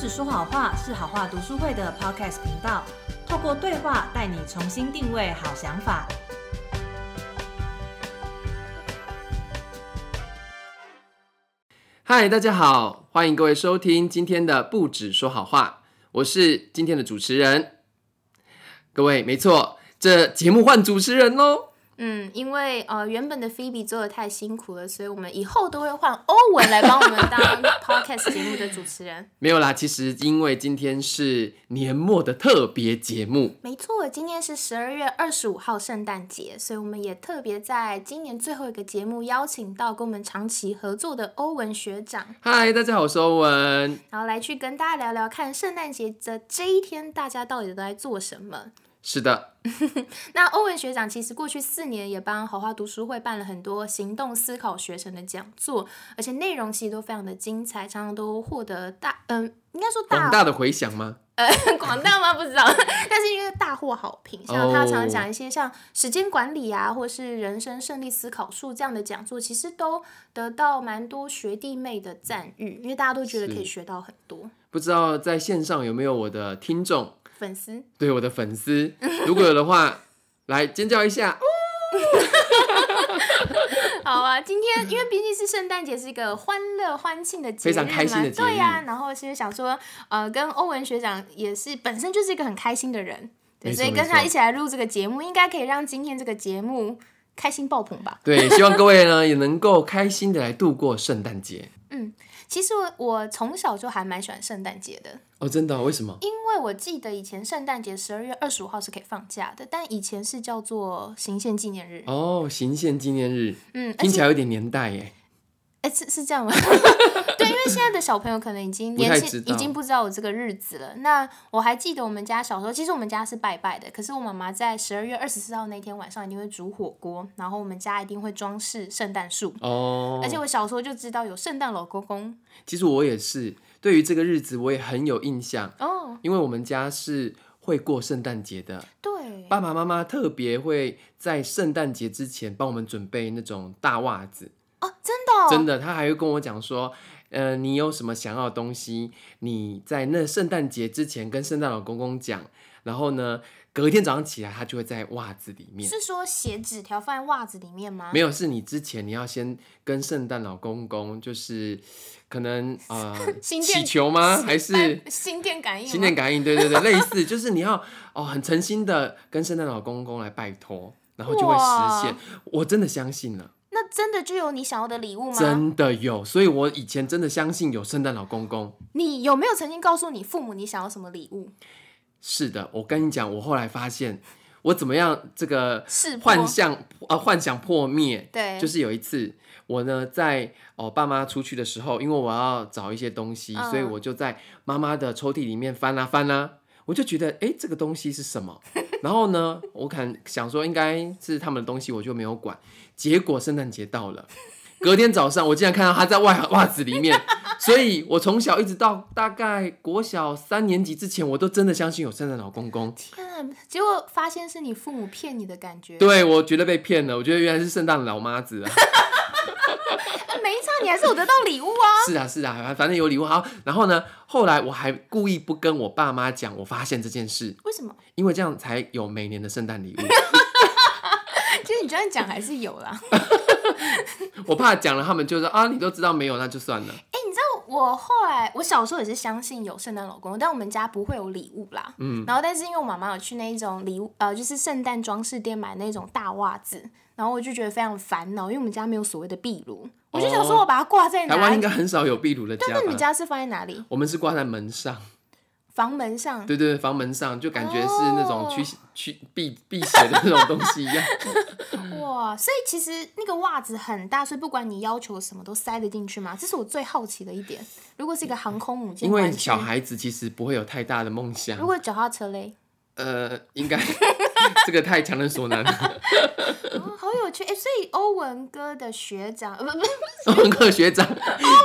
只说好话是好话读书会的 Podcast 频道，透过对话带你重新定位好想法。嗨，大家好，欢迎各位收听今天的《不止说好话》，我是今天的主持人。各位，没错，这节目换主持人喽。嗯，因为呃原本的 Phoebe 做的太辛苦了，所以我们以后都会换欧文来帮我们当 podcast 节目的主持人。没有啦，其实因为今天是年末的特别节目，没错，今天是十二月二十五号圣诞节，所以我们也特别在今年最后一个节目邀请到跟我们长期合作的欧文学长，嗨，大家好，我是欧文。然后来去跟大家聊聊看圣诞节的这一天大家到底都在做什么。是的，那欧文学长其实过去四年也帮豪华读书会办了很多行动思考学程的讲座，而且内容其实都非常的精彩，常常都获得大嗯、应该说广大大的回响吗？广大吗？不 知道，但是因为大获好评，像他常常讲一些像时间管理啊，或是人生胜利思考术这样的讲座，其实都得到蛮多学弟妹的赞誉，因为大家都觉得可以是学到很多不知道在线上有没有我的听众，粉丝。对我的粉丝，如果有的话， 来尖叫一下。好啊，今天因为毕竟是圣诞节，是一个欢乐欢庆的非节日嘛，常开心的节日对呀、然后其实想说，呃，跟欧文学长也是本身就是一个很开心的人，对，没错所以跟没他错一起来录这个节目，应该可以让今天这个节目开心爆棚吧。对，希望各位呢也能够开心的来度过圣诞节。其实我我从小就还蛮喜欢圣诞节的，哦，真的哦、为什么？因为我记得以前圣诞节十二月二十五号是可以放假的，但以前是叫做行宪纪念日。哦，行宪纪念日，嗯，而听且起来有点年代耶。哎、是是这样吗？ 对，因为现在的小朋友可能已经不太年知轻，道已经不知道有这个日子了。那我还记得我们家小时候，其实我们家是拜拜的，可是我妈妈在十二月二十四号那天晚上一定会煮火锅，然后我们家一定会装饰圣诞树。哦，而且我小时候就知道有圣诞老公公其实我也是，对于这个日子我也很有印象，哦，因为我们家是会过圣诞节的，对，爸爸妈妈特别会在圣诞节之前帮我们准备那种大袜子，哦，真的、哦，真的，的，他还会跟我讲说。呃，你有什么想要的东西，你在那圣诞节之前跟圣诞老公公讲，然后呢，隔天早上起来，他就会在袜子里面。是说写纸条放在袜子里面吗？没有，是你之前你要先跟圣诞老公公，就是可能呃 心祈电求吗？还是哎心电感应吗？ 心电感应？对对对，类似就是你要哦很诚心的跟圣诞老公公来拜托，然后就会实现哇。我真的相信了，那真的就有你想要的礼物吗？真的有，所以我以前真的相信有圣诞老公公。你有没有曾经告诉你父母你想要什么礼物？是的，我跟你讲，我后来发现我怎么样这个识破幻象呃幻想破灭，对，就是有一次，我呢在哦爸妈出去的时候，因为我要找一些东西，嗯所以我就在妈妈的抽屉里面翻啊翻啊，我就觉得诶这个东西是什么？然后呢，我看想说应该是他们的东西，我就没有管。结果圣诞节到了，隔天早上我竟然看到他在袜袜子里面，所以我从小一直到大概国小三年级之前，我都真的相信有圣诞老公公。嗯，结果发现是你父母骗你的感觉。对，我觉得被骗了，我觉得原来是圣诞老妈子啊。啊，没差，你还是有得到礼物啊。是啊，是啊，反正有礼物好。然后呢，后来我还故意不跟我爸妈讲，我发现这件事， 为什么？因为这样才有每年的圣诞礼物。 其实你这样讲还是有 啦。我怕讲了，他们就说啊，你都知道没有，那就算了。哎我后来，我小时候也是相信有圣诞老公，但我们家不会有礼物啦。嗯，然后但是因为我妈妈有去那一种礼物，呃，就是圣诞装饰店买那种大袜子，然后我就觉得非常烦恼，因为我们家没有所谓的壁炉，我就想说我把它挂哎在哪台湾应里？哎该很少有壁炉的对，那家你们吧？家是放在哪里？我们是挂在门上，房门上。对对对，房门上就感觉是那种哦驱驱避避邪的那种东西一 样。哇，所以其实那个袜子很大，所以不管你要求什么都塞得进去吗？这是我最好奇的一点。如果是一个航空母舰因弯曲，为小孩子其实不会有太大的梦想如，果脚踏车嘞，呃，应该 这个太强人所难了。 哦，好有趣哎、所以欧文哥的学长，呃不不， 文科学长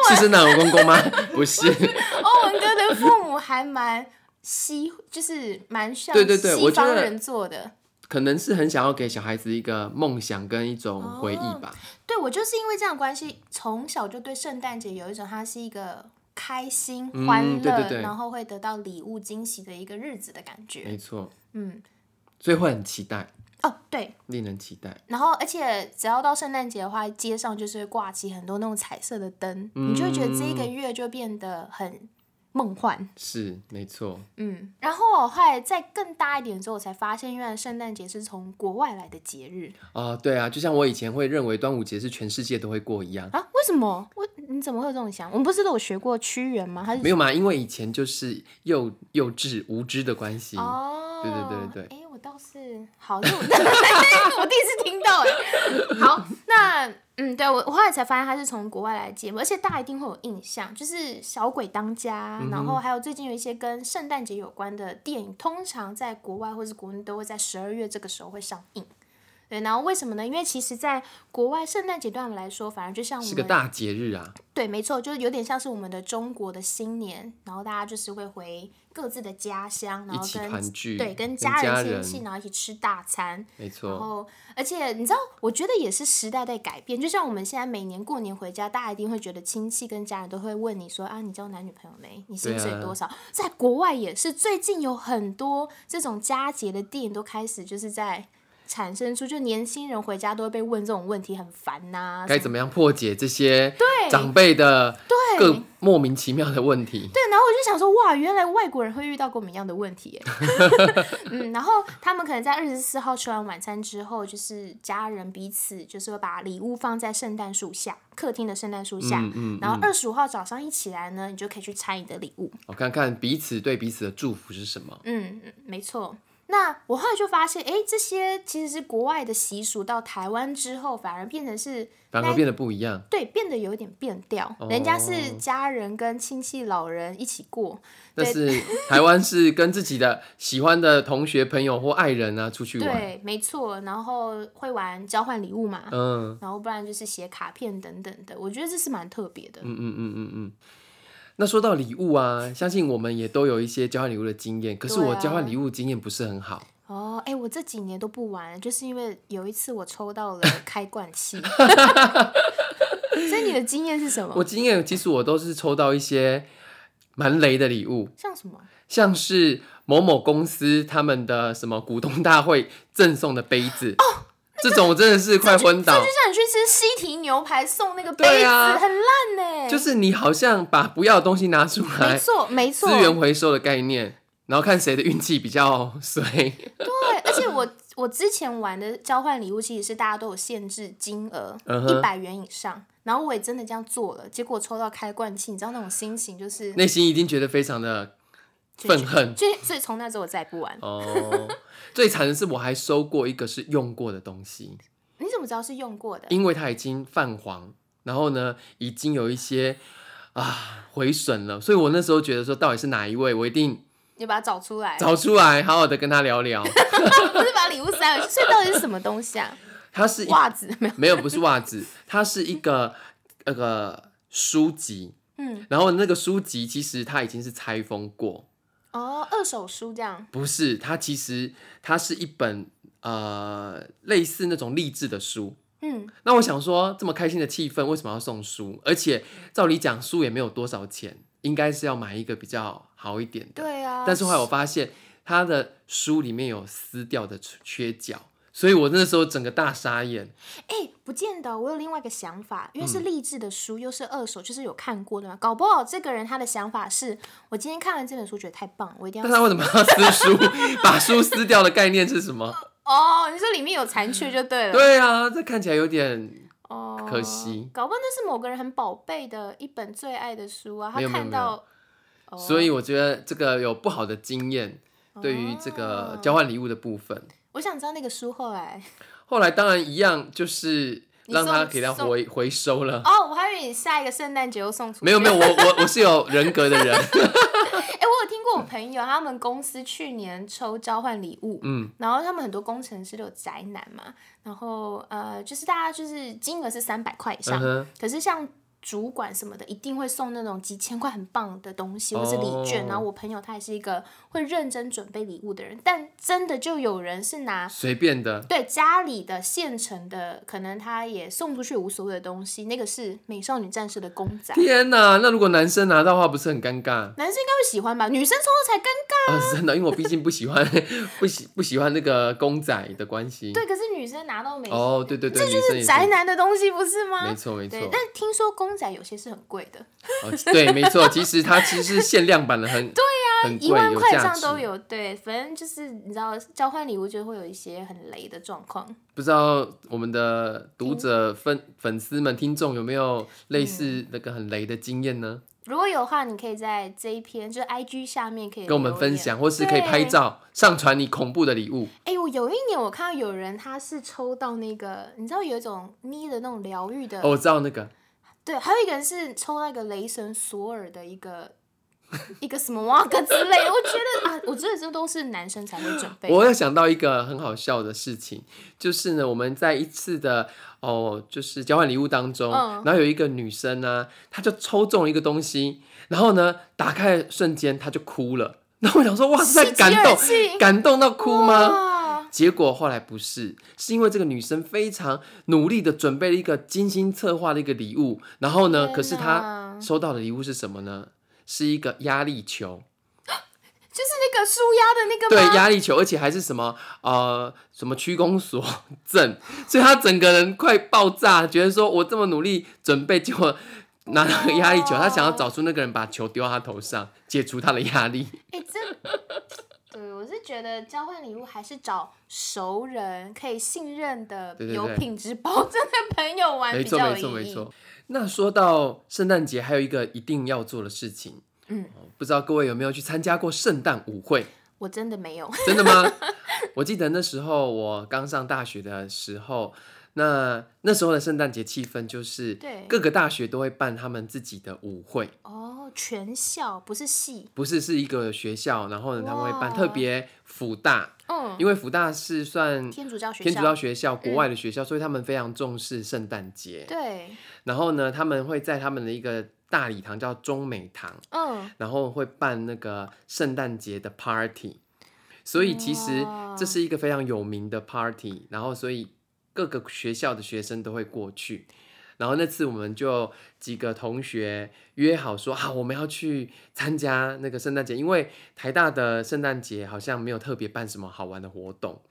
是圣诞老公公吗？不是。欧文哥的父母还蛮西，就是蛮像对对对西我觉方得人做的。可能是很想要给小孩子一个梦想跟一种回哦忆吧。对我就是因为这样的关系，从小就对圣诞节有一种它是一个。开心、嗯欢乐，对对对然后会得到礼物惊喜的一个日子的感觉。没错，嗯，所以会很期待，哦对，令人期待。然后而且只要到圣诞节的话，街上就是会挂起很多那种彩色的灯，你就会觉得这一个月就变得很梦幻。是，没错，嗯，然后我后来再更大一点之后，我才发现，原来圣诞节是从国外来的节日啊、对啊，就像我以前会认为端午节是全世界都会过一样，啊？为什么？我你怎么会有这种想法？我们不是都有学过屈原吗？还是没有嘛？因为以前就是幼幼稚无知的关系，哦，对对对对哎、我倒是好，这我 我第一次听到哎。好，那嗯，对我我后来才发现他是从国外来的节目，而且大家一定会有印象，就是《小鬼当家》嗯然后还有最近有一些跟圣诞节有关的电影，通常在国外或是国内都会在十二月这个时候会上映。对，然后为什么呢？因为其实，在国外圣诞节对他们来说，反而就像我们是个大节日啊。对，没错，就是有点像是我们的中国的新年，然后大家就是会回各自的家乡，然一后起跟团聚对，跟跟家人家亲人戚，然后一起吃大餐。没然错，后，而且你知道，我觉得也是时代在改变。就像我们现在每年过年回家，大家一定会觉得亲戚跟家人都会问你说啊，你交男女朋友没？你薪水对啊多少？在国外也是，最近有很多这种佳节的电影都开始就是在产生出，就年轻人回家都会被问这种问题，很烦呐、该怎么样破解这些对长辈的对各莫名其妙的问题？对，然后我就想说，哇，原来外国人会遇到跟我们一样的问题耶。 嗯，然后他们可能在二十四号吃完晚餐之后，就是家人彼此就是会把礼物放在圣诞树下，客厅的圣诞树下。嗯嗯然后二十五号早上一起来呢，你就可以去拆你的礼物。我看看彼此对彼此的祝福是什么。嗯，嗯没错。那我后来就发现，哎，这些其实是国外的习俗，到台湾之后反而变成是反而变得不一样。对变得有一点变调，人家是哦家人跟亲戚老人一起过，但 是台湾是跟自己的喜欢的同学、朋友或爱人啊出去玩，对，没错，然后会玩交换礼物嘛，嗯然后不然就是写卡片等等的，我觉得这是蛮特别的。嗯嗯嗯嗯嗯。那说到礼物啊，相信我们也都有一些交换礼物的经验。可是对啊我交换礼物经验不是很好，哦，哎，我这几年都不玩，就是因为有一次我抽到 了开罐器。所以你的经验是什我么？经验其实我都是抽到一些蛮雷的礼物，像什么？啊像是某某公司他们的什么股东大会赠送的杯子，哦这种我真的是快昏倒就。像你去吃西提牛排送那个杯对子，啊很烂呢。就是你好像把不要的东西拿出没来，错，没错资。源回收的概念，然后看谁的运气比较 衰。对，而且我我之前玩的交换礼物其实是大家都有限制金额，嗯哼一百、元以上。然后我也真的这样做了，结果抽到开罐器，你知道那种心情就是内心一定觉得非常的就愤恨就所以从那之后我再也不玩。 哦。最惨的是，我还收过一个是用过的东西，你怎么知道是用过的？因为它已经泛黄，然后呢，已经有一些啊毁损了，所以我那时候觉得说，到底是哪一位，我一定你把它找出来， 找出来，好好的跟他聊 聊。不是把礼物塞回去，所以到底是什么东西啊？它 是一袜子没有？没有，不是袜子，它是一个那个书籍，嗯，然后那个书籍其实它已经是拆封过，哦，二手书这样。不是，它其实它是一本呃类似那种励志的书。嗯，那我想说，这么开心的气氛，为什么要送书？而且照理讲，书也没有多少钱，应该是要买一个比较好一点的。对啊。但是后来我发现，他的书里面有撕掉的缺缺角，所以我那时候整个大傻眼。哎、不见得哦。我有另外一个想法，因嗯为是励志的书，又是二手，就是有看过的嘛。搞不好这个人他的想法是，我今天看完这本书觉得太棒，我一定但要他为什么要撕书？ 把书撕掉的概念是什么？哦，你说里面有残缺就 对了。对啊，这看起来有点哦，可惜搞不好那是某个人很宝贝的一本最爱的书啊，他没有没有看没有到。哦所以我觉得这个有不好的经验，对于这哦个交换礼物的部分。我想知道那个书后来后来当然一样，就是你让他送给他送回回收了。哦，我还以为你下一个圣诞节又送出去。没有没有，我我我是有人格 的人，哎、我有听过我朋友他们公司去年抽交换礼物，嗯，然后他们很多工程师都有宅男嘛，然后呃，就是大家就是金额是三百块以嗯上，哼，可是像主管什么的，一定会送那种几千块很棒的东西，或是礼券。哦然后我朋友他也是一个会认真准备礼物的人，但真的就有人是拿随便的，对家里的现成的，可能他也送出去无所谓的东西，那个是美少女战士的公仔，天哪！那如果男生拿到的话，不是很尴尬？男生应该会喜欢吧，女生抽到才尴尬。啊，是真的，因为我毕竟不喜欢不喜不喜欢那个公仔的关系。对，可是女生拿到美，哦，对对对，这就就是宅男的东西，不是吗？没错没错对，，但听说公仔有些是很贵的，哦对，没错，其实它其实是限量版的，很对呀、很一贵，万有块以价上值。都有。对，反正就是你知道，交换礼物就会有一些很雷的状况。不知道我们的读者粉粉丝们、听众有没有类似那个很雷的经验呢？如果有的话，你可以在这一篇就是 IG 下面可以跟我们留言分享，或是可以拍。照上传你恐怖的礼物。对哎、我有一年我看到有人他是抽到那个，你知道有一种捏的那种疗愈的，哦，我知道那个，对，还有一个人是抽那个雷神索尔的一个 一个什么哇个之类的，我觉得啊，我觉得这都是男生才会准备的。我有想到一个很好笑的事情，就是呢，我们在一次的哦，就是交换礼物当中，嗯然后有一个女生呢、她就抽中了一个东西，然后呢，打开的瞬间她就哭了。那我想说，哇，是在喜极感而动，泣感动到哭吗？哇结果后来不是，是因为这个女生非常努力的准备了一个精心策划的一个礼物，然后呢，天可是她哪收到的礼物是什么呢？是一个压力球。就是那个舒压的那个对吗？压力球，而且还是什么呃什么区公所证， 所以他整个人快爆炸，觉得说我这么努力准备，结果拿到个压力球，他想要找出那个人把球丢到他头上，解除他的压力。哎、这，对我是觉得交换礼物还是找熟人、可以信任的、对对有对品质保证的朋友玩没比错，较有没意义。错，没错。那说到圣诞节，还有一个一定要做的事情，嗯哦，不知道各位有没有去参加过圣诞舞会？我真的没有，真的吗？ 我记得那时候我刚上大学的时候，那那时候的圣诞节气氛就是，对各个大学都会办他们自己的舞会，哦，全校不是系，不是是一个学校，然后呢他们会办，哇特别辅大，嗯，因为辅大是算天主教学校，嗯天主教学校国外的学校，所以他们非常重视圣诞节。对，然后呢，他们会在他们的一个大礼堂叫中美堂，嗯，然后会办那个圣诞节的 party，所以其实哇这是一个非常有名的 party，然后所以各个学校的学生都会过去。然后那次我们就几个同学约好说啊，我们要去参加那个圣诞节，因为台大的圣诞节好像没有特别办什么好玩的活动，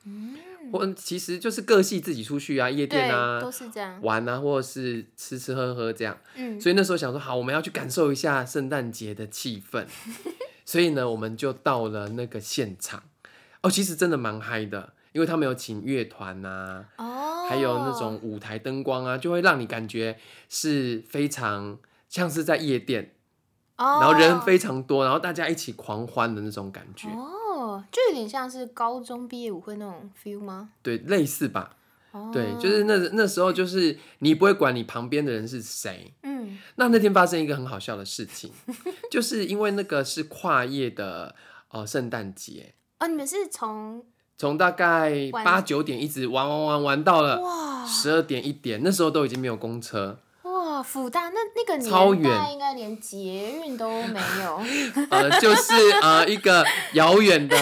或其实就是各系自己出去啊，夜嗯对店，啊都是这样，玩啊，或者是吃吃喝喝这样。嗯，所以那时候想说，好，我们要去感受一下圣诞节的气氛。 所以呢，我们就到了那个现场。哦，其实真的蛮嗨的，因为他们有请乐团啊，哦，还有那种舞台灯光啊，就会让你感觉是非常像是在夜店，哦，然后人非常多，然后大家一起狂欢的那种感觉，哦，就有点像是高中毕业舞会那种 feel 吗？对，类似吧？哦，对，就是那那时候就是你不会管你旁边的人是谁，嗯，那那天发生一个很好笑的事 情，就是因为那个是跨夜的呃圣诞节，哦，你们是从从大概晚八九点一直玩玩玩玩到了哇十二点一点，那时候都已经没有公车，哇，福大哦那那个年超远代应该连捷运都没 有，呃，就是呃一个遥远 的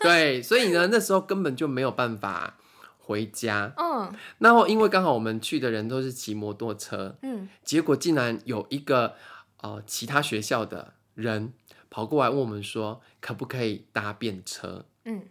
对，所以呢那时候根本就没有办法回家。嗯然后因为刚好我们去的人都是骑摩托车，嗯，结果竟然有一个呃其他学校的人跑过来问我们说，可不可以搭便车？嗯，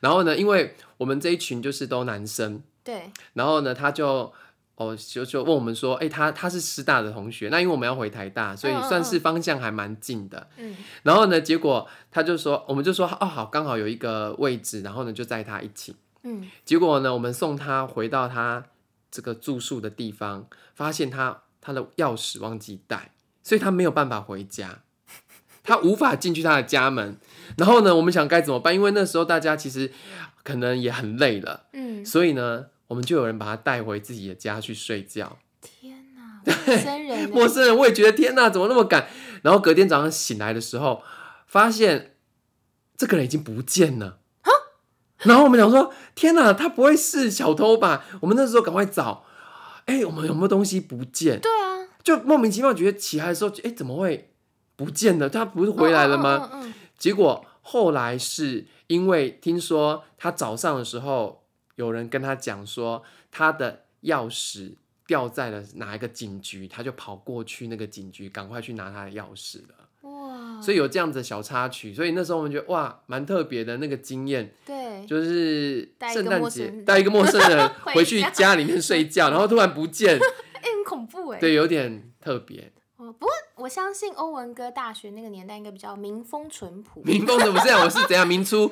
然后呢，因为我们这一群就是都男生，对，然后呢，他就哦就就问我们说，哎、他他是师大的同学，那因为我们要回台大，所以嗯嗯算是方向还蛮近的。嗯然后呢，结果他就说，我们就说哦好，刚好有一个位置，然后呢就载他一起。嗯，结果呢，我们送他回到他这个住宿的地方，发现他他的钥匙忘记带，所以他没有办法回家，他无法进去他的家门。然后呢，我们想该怎么办？因为那时候大家其实可能也很累了，嗯，所以呢，我们就有人把他带回自己的家去睡觉。天 哪，陌生人呢，陌生人我也觉得天哪，怎么那么赶？然后隔天早上醒来的时候，发现这个人已经不见了。然后我们想说，天哪，他不会是小偷吧？我们那时候赶快找，哎、我们有没有东西不见？对啊，就莫名其妙觉得起来的时候，哎，怎么会不见了？他不是回来了吗？嗯嗯嗯结果后来是因为听说他早上的时候有人跟他讲说他的钥匙掉在了哪一个警局，他就跑过去那个警局，赶快去拿他的钥匙了。嗯哇，所以以有这样子的小插曲，所以那时候我们觉得哇，蛮特别的那个经验。对，就是带一个圣诞陌节生人哎带一个陌生人回回去家家里面睡 觉，然后突然不见，哎、很恐怖哎。对，有点特别。哦，不过我相信欧文哥大学那个年代应该比较民风淳朴。 民风怎么这样？我是怎样民初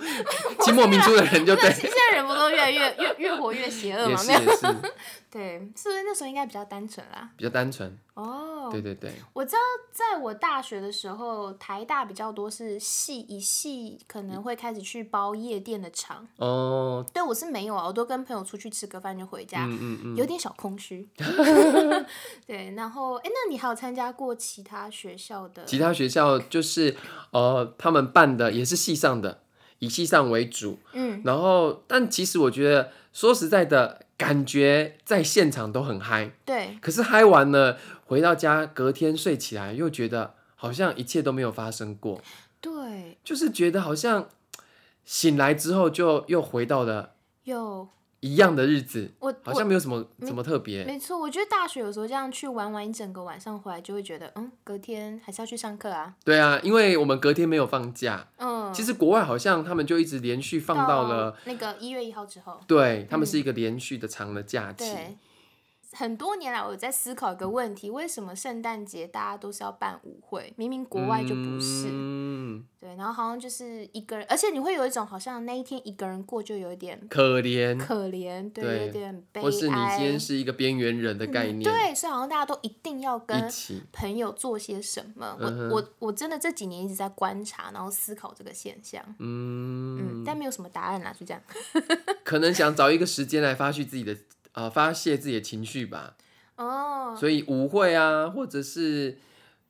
清末民初的人就 对，现在人不都越来越越越活越邪恶也吗？是没有，也是对，是不是那时候应该比较单纯啦？比较单纯。哦，对对对，我知道，在我大学的时候，台大比较多是系以系可能会开始去包夜店的场。哦，对我是没有啊，我都跟朋友出去吃个饭就回家，嗯嗯嗯，有点小 空虚。对，然后哎，那你还有参加过其他学校的？其他学校就是呃，他们办的也是系上的，以系上为主。嗯，然后，但其实我觉得说实在的，感觉在现场都很嗨。对，可是嗨完了，回到家隔天睡起来又觉得好像一切都没有发生过，对，就是觉得好像醒来之后就又回到了有一样的日子，我好我像没有什么什么特别。没错，我觉得大学有时候这样去玩玩一整个晚上回来，就会觉得嗯，隔天还是要去上课啊。对啊，因为我们隔天没有放假，嗯，其实国外好像他们就一直连续放到了，那个一月一号之后。对他们是一个连续的长的假期。嗯对，很多年来我有在思考一个问题：为什么圣诞节大家都是要办舞会？明明国外就不是。嗯，对，然后好像就是一个人，而且你会有一种好像那一天一个人过就有一点可怜，可怜，对，对有点悲哀。嗯或是你今天是一个边缘人的概念，对，所以好像大家都一定要一跟起，朋友做些什么。嗯哼我我我真的这几年一直在观察，然后思考这个现象。嗯嗯，但没有什么答案啦，就这样。可能想找一个时间来发泄自己的呃发泄自己的情绪吧，哦，所以舞会啊，或者是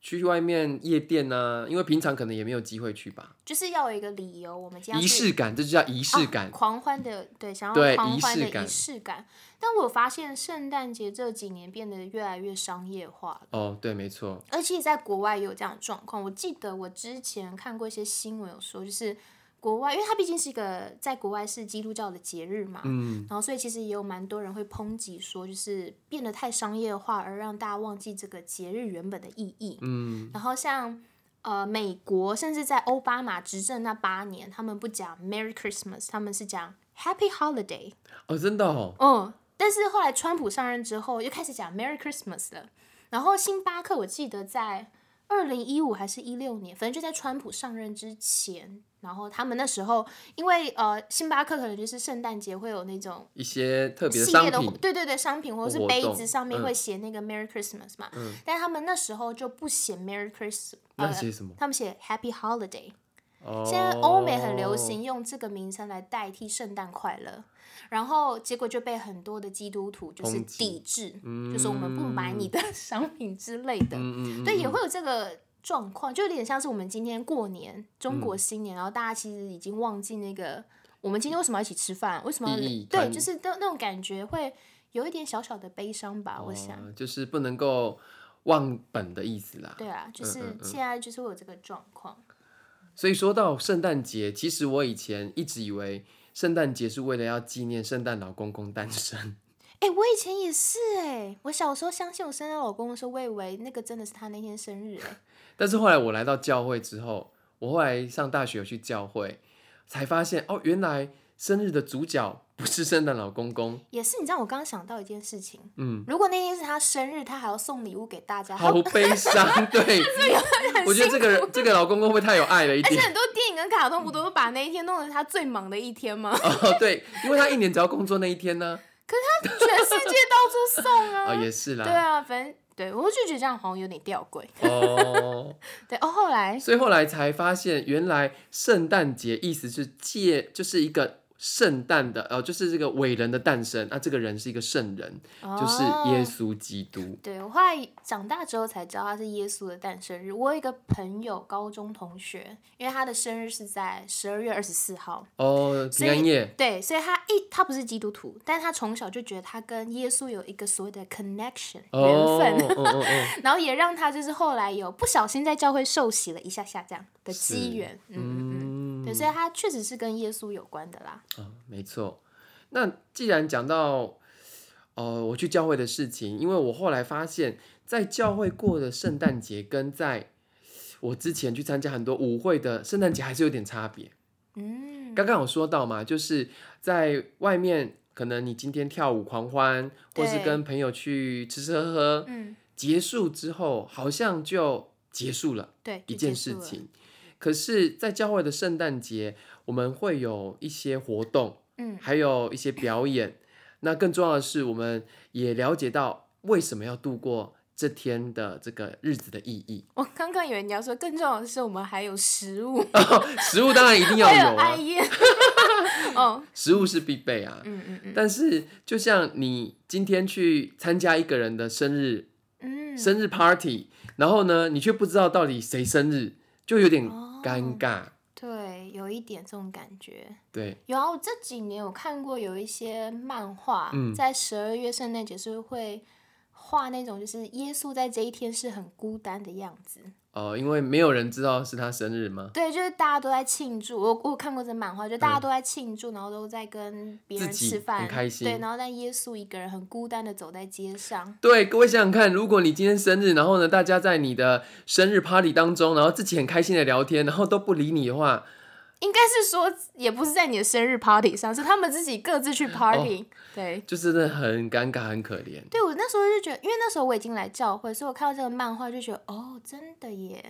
去外面夜店啊，因为平常可能也没有机会去吧。就是要有一个理由，我们今天要仪去式感，这就叫仪式感啊。狂欢的对，想对要狂欢仪的式感仪式感。但我发现圣诞节这几年变得越来越商业化了，哦，对，没错，而且在国外也有这样的状况。我记得我之前看过一些新闻，有说就是国外，因为它毕竟是一个在国外是基督教的节日嘛，嗯，然后所以其实也有蛮多人会抨击说，就是变得太商业化，而让大家忘记这个节日原本的意义。嗯，然后像呃美国，甚至在奥巴马执政那八年，他们不讲 Merry Christmas，他们是讲 Happy Holiday。哦，真的哦，嗯，但是后来川普上任之后，又开始讲 Merry Christmas 了。然后星巴克，我记得在二零一五还是一六年，反正就在川普上任之前。然后他们那时候，因为呃，星巴克可能就是圣诞节会有那种一些特别的系商列的品，对对对，商品或者活是杯动子上面嗯会写那个 Merry Christmas 嘛，但他们那时候就不写 Merry Christmas，那呃写什么他们写 Happy Holiday。哦，现在欧美很流行用这个名称来代替圣诞快乐，然后结果就被很多的基督徒就是抨击嗯抵制，就是我们不买你的 商品之类的，嗯，嗯嗯对，也会有这个。状况就有点像是我们今天过年，中嗯国新年，然后大家其实已经忘记那个我们今天为什么要一起吃饭，为什么要意义对，团就是那那种感觉会有一点小小的悲伤吧，我想。哦就是不能够忘本的意思啦。对啊，嗯就是嗯嗯现在就是会有这个状况，所以说到圣诞节，其实我以前一直以为圣诞节是为了要纪念圣诞老公公诞生。哎、我以前也是哎、我小时候相信我圣诞老公的时候，我以为那个真的是他那天生日哎、 但是后来我来到教会之后，我后来上大学有去教会，才发现哦，原来生日的主角不是圣诞老公公， 也是。你知道我刚刚想到一件事情，嗯，如果那天是他生日，他还要送礼物给大家，他好悲伤。对， 我觉得这个人这个老公公会不会太有爱了一而且点？很多电影跟卡通不都是把那一天弄成他最忙的一天吗？ 哦，对，因为他一年只要工作那一天呢、全世界到处 送啊，啊。也是对啦。啊，反正对我就觉得这样好像有点吊诡。哦，对哦，后来所以后来才发现，原来圣诞节意思是借，就是一个圣诞的呃，就是这个伟人的诞生，啊那、这个人是一个圣人，哦就是耶稣基督。对我后来长大之后才知道他是耶稣的诞生日。我有一个朋友，高中同学，因为他的生日是在十二月二十四号，哦，所平以安夜，对，所以他一他不是基督徒，但他从小就觉得他跟耶稣有一个所谓的 connection 缘哦，分， 哦哦哦，然后也让他就是后来有不小心在教会受洗了一下下这样的机缘，嗯嗯嗯，对，所以他确实是跟耶稣有关的啦。啊，没错。那既然讲到，呃，我去教会的事情，因为我后来发现，在教会过的圣诞节跟在我之前去参加很多舞会的圣诞节还是有点差别。嗯，刚刚有说到嘛，就是在外面，可能你今天跳舞狂欢，或是对跟朋友去吃吃喝喝，嗯，结束之后好像就结束了。对，就一件结事束了，情。可是，在教会的圣诞节，我们会有一些活动，嗯还有一些表演。那更重要的是，我们也了解到为什么要度过这天的这个日子的意义。 我刚刚以为你要说，更重要的是我们还有食物，食物当然一定要还有有哀啊， 宴，哦，食物是必备啊。嗯嗯嗯但是，就像你今天去参加一个人的生日嗯，生日 party，然后呢，你却不知道到底谁生日，就有点尴尬。哦对，有一点这种感觉。对，有啊，我这几年有看过有一些漫画，嗯在十二月圣诞节是会画那种，就是耶稣在这一天是很孤单的样子。哦，因为没有人知道是他生日吗？对，就是大家都在庆祝。我我有看过这漫画，就大家都在庆祝，然后都在跟别人嗯自己吃饭，很开心对，然后但耶稣一个人很孤单的走在街上，对，各位想想看，如果你今天生日，然后呢，大家在你的生日 party 当中，然后自己很开心的聊天，然后都不理你的话，应该是说也不是在你的生日 party 上，是他们自己各自哦去 party、对。就真的很尴尬，很可怜。对，我那时候就觉得，因为那时候我已经来教会，所以我看到这个漫画就觉得，哦，真的耶，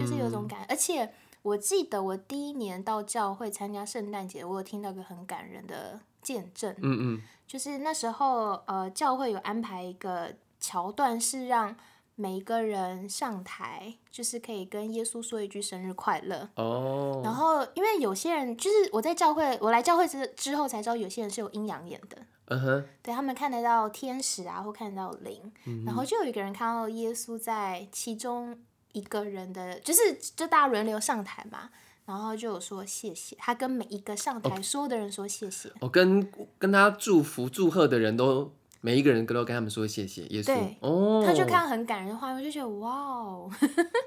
就是有嗯种感。而且我记得我第一年到教会参加圣诞节，我有听到一个很感人的见证，嗯嗯，就是那时候呃，教会有安排一个桥段，是让每一个人上台，就是可以跟耶稣说一句生日快乐。然哦，后，因为有些人就是我在教会，我来教会之之后才知道，有些人是有阴阳眼的。嗯哼，对他们看得到天使啊，或看得到灵，嗯然后就有一个人看到耶稣在其中一个人的，就是就大家轮流上台嘛，然后就有说谢谢，他跟每一个上哦台所有的人说谢谢，我、哦跟跟他祝福祝贺的人都，每一个人都跟他们说谢谢耶稣对。哦，他就看到很感人的画面，我就觉得哇哦，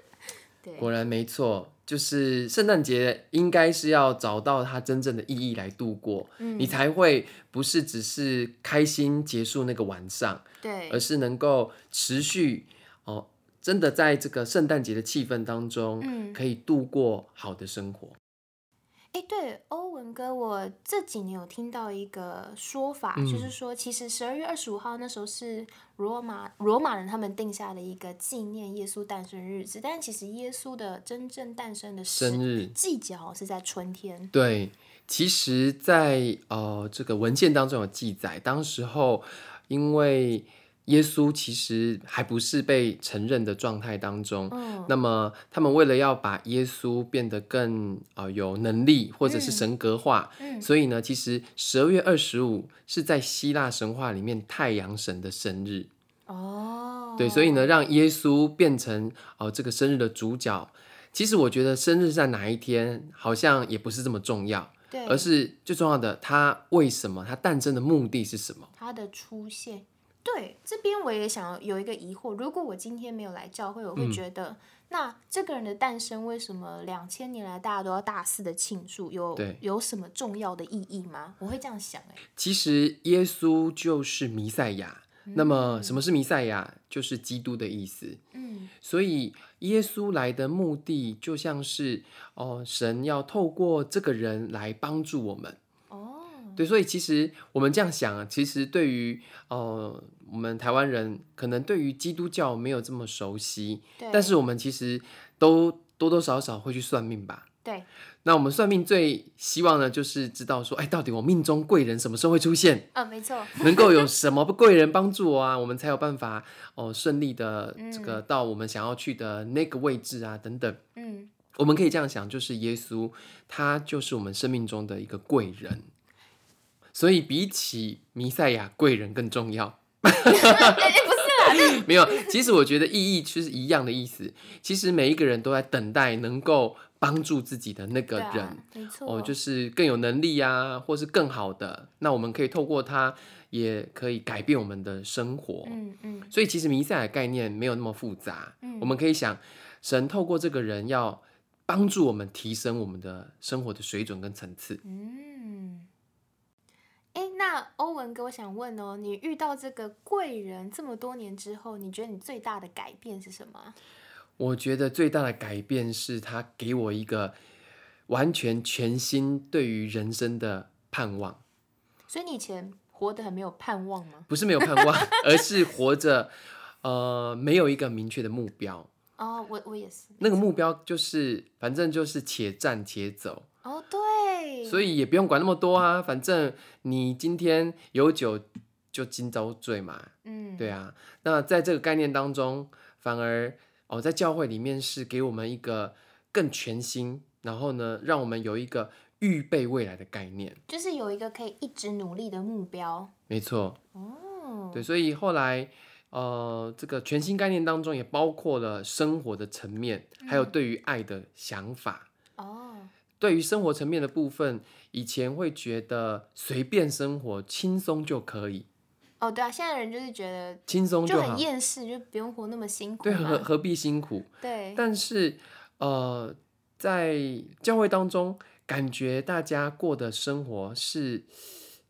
对果然没错，就是圣诞节应该是要找到它真正的意义来度过，嗯你才会不是只是开心结束那个晚上，而对，是能够持续哦，真的在这个圣诞节的气氛当中，嗯可以度过好的生活。哎对，欧文哥，我这几年有听到一个说法，就是嗯说其实十二月二十五号那时候是罗马罗马人他们定下的一个纪念耶稣诞生日子，但其实耶稣的真正诞生的时生日季节好像是在春天。对，其实在，呃这个文献当中有记载，当时候因为耶稣其实还不是被承认的状态当中，嗯那么他们为了要把耶稣变得更呃有能力或者是神格化，嗯所以呢，其实十二月二十五是在希腊神话里面太阳神的生日。哦，对，所以呢，让耶稣变成哦、呃这个生日的主角。其实我觉得生日在哪一天好像也不是这么重要，对，而是最重要的，他为什么他诞生的目的是什么？它的出现。对，这边我也想要有一个疑惑：如果我今天没有来教会，我嗯会觉得，那这个人的诞生为什么两千年来大家都要大肆的庆祝？有对有什么重要的意义吗？我会这样想、欸，其实耶稣就是弥赛亚。那么什么是弥赛亚？就是基督的意思。嗯，所以耶稣来的目的就像是哦、神要透过这个人来帮助我们。哦，对，所以其实我们这样想啊，其实对于呃我们台湾人，可能对于基督教没有这么熟悉，对，但是我们其实都多多少少会去算命吧。对，那我们算命最希望呢，就是知道说，哎，到底我命中贵人什么时候会出 现，啊，没错，能够有什么贵人帮助我啊，我们才有办法哦、顺利的这个到我们想要去的那个位置啊，等等。嗯，我们可以这样想，就是耶稣，他就是我们生命中的一个贵人。所以比起弥赛亚贵人更重要。 哎、不是啦，那没有，其实我觉得意义就是一样的意思。其实每一个人都在等待能够帮助自己的那个对人，啊，没错，哦，就是更有能力啊，或是更好的。那我们可以透过它，也可以改变我们的生活。嗯嗯所以其实弥赛亚概念没有那么复杂，嗯我们可以想，神透过这个人要帮助我们提升我们的生活的水准跟层次。嗯。哎、那欧文哥，我想问哦，你遇到这个贵人这么多年之后，你觉得你最大的改变是什么啊？我觉得最大的改变是他给我一个完全全新对于人生的盼望，所以你以前活得很没有盼望吗？不是没有盼 望，而是活着，呃，没有一个明确的目标。哦，我我也是。那个目标就是，反正就是且战且走，哦，对，所以以也不用管那么多啊。反正你今天有酒就今朝醉嘛，嗯，对啊。那在这个概念当中，反而哦，在教会里面是给我们一个更全新，然后呢，让我们有一个预备未来的概念。就是有一个可以一直努力的目标。没错，哦，对，所以后来。呃，这个全新概念当中也包括了生活的层面，还有对于爱的想法。哦，对于生活层面的部分，以前会觉得随便生活轻松就可以，哦，对啊，现在人就是觉得轻松就好很，厌世，就不用活那么辛苦对，何嘛。何必辛苦？对，但是，呃，在教会当中，感觉大家过的生活是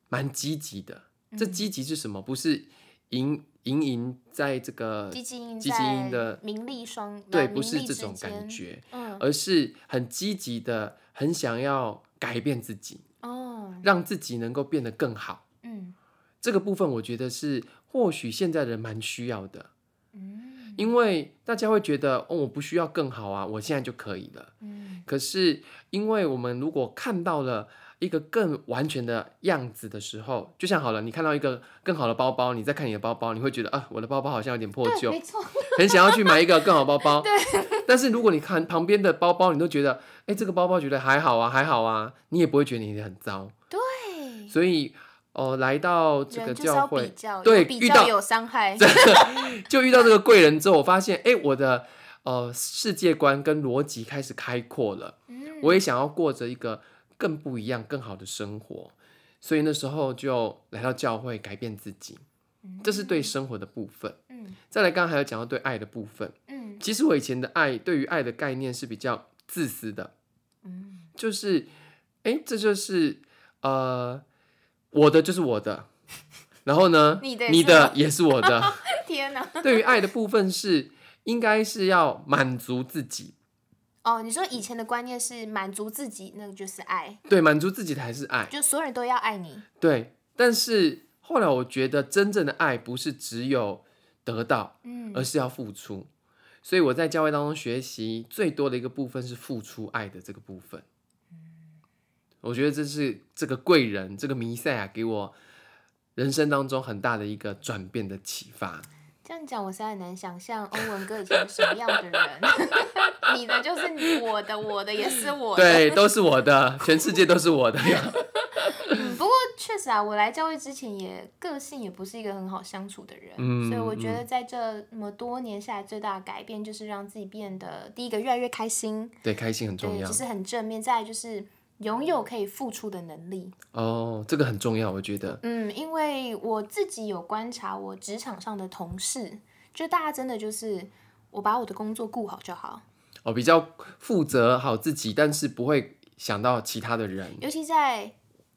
蛮积极的。这嗯积极是什么？不是盈盈盈在这个基金积极营的名利双对，呃不是名利这之种感间。觉，嗯，而是很积极的，很想要改变自己，哦，让自己能够变得更好。嗯这个部分我觉得是或许现在人蛮需要的，嗯因为大家会觉得哦，我不需要更好啊，我现在就可以了。嗯，可是因为我们如果看到了一个更完全的样子的时候，就像好了，你看到一个更好的包包，你再看你的包包，你会觉得啊，我的包包好像有点破对，旧没， 错，很想要去买一个更好包 包。对。但是如果你看旁边的包包，你都觉得哎，这个包包觉得还好啊，还好啊，你也不会觉得你很糟。对，所以哦、来到这个人就是要教比会，较，对有比遇较到有 伤害，就遇到这个贵人之后，我发现，哎、我的呃世界观跟逻辑开始开阔了，嗯我也想要过着一个更不一样、更好的生活，所以那时候就来到教会改变自己，这是对生活的部分。嗯再来，刚刚还有讲到对爱的部分，嗯其实我以前的爱，对于爱的概念是比较自私的，嗯，就是，哎、这就是呃我的就是我的，然后呢，你的也你是我的也是我的。天哪！ 对于爱的部分是，应该是要满足自己， 哦，你说以前的观念是满足自己，那个就是爱，对，满足自己才是爱，就所有人都要爱你。对。但是后来我觉得，真正的爱不是只有得到，嗯而是要付出。所以我在教会当中学习最多的一个部分是付出爱的这个部分。我觉得这是这个贵人，这个弥赛亚给我人生当中很大的一个转变的启发。这样讲，我实在很难想象欧文哥以前是什么样的 人。你的就是你，我的我的也是我的。对，都是我的，全世界都是我的。 嗯，不过确实啊，我来教会之前也个性也不是一个很好相处的人，嗯所以我觉得在这么多年下来，最大的改变就是让自己变得第一个越来越开心，对，开心很重对，要就。是很正面，再来就是拥有可以付出的能力。哦，这个很重要，我觉得。嗯，因为我自己有观察我职场上的同事，就大家真的就是我把我的工作顾好就好，哦，比较负责好自己，但是不会想到其他的人。尤其在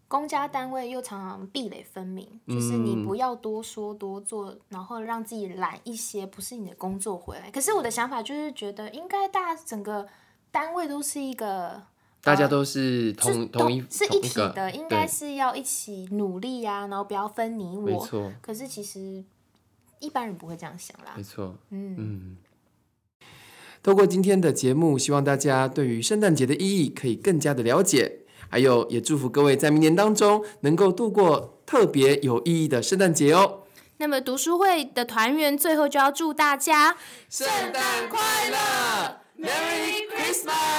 公家单位又常常壁垒分明，就是你嗯不要多说多做，然后让自己懒一些，不是你的工作回来。可是我的想法就是觉得，应该大家整个单位都是一个大家都是同、呃是同一是同一体个的，应对该是要一起努力呀、然后不要分你没我。错，可是其实一般人不会这样想啦没。错。 嗯，嗯，透过今天的节目，希望大家对于圣诞节的意义可以更加的了解，还有也祝福各位在明年当中能够度过特别有意义的圣诞节哦。那么读书会的团员最后就要祝大家。圣诞快乐，Merry Christmas！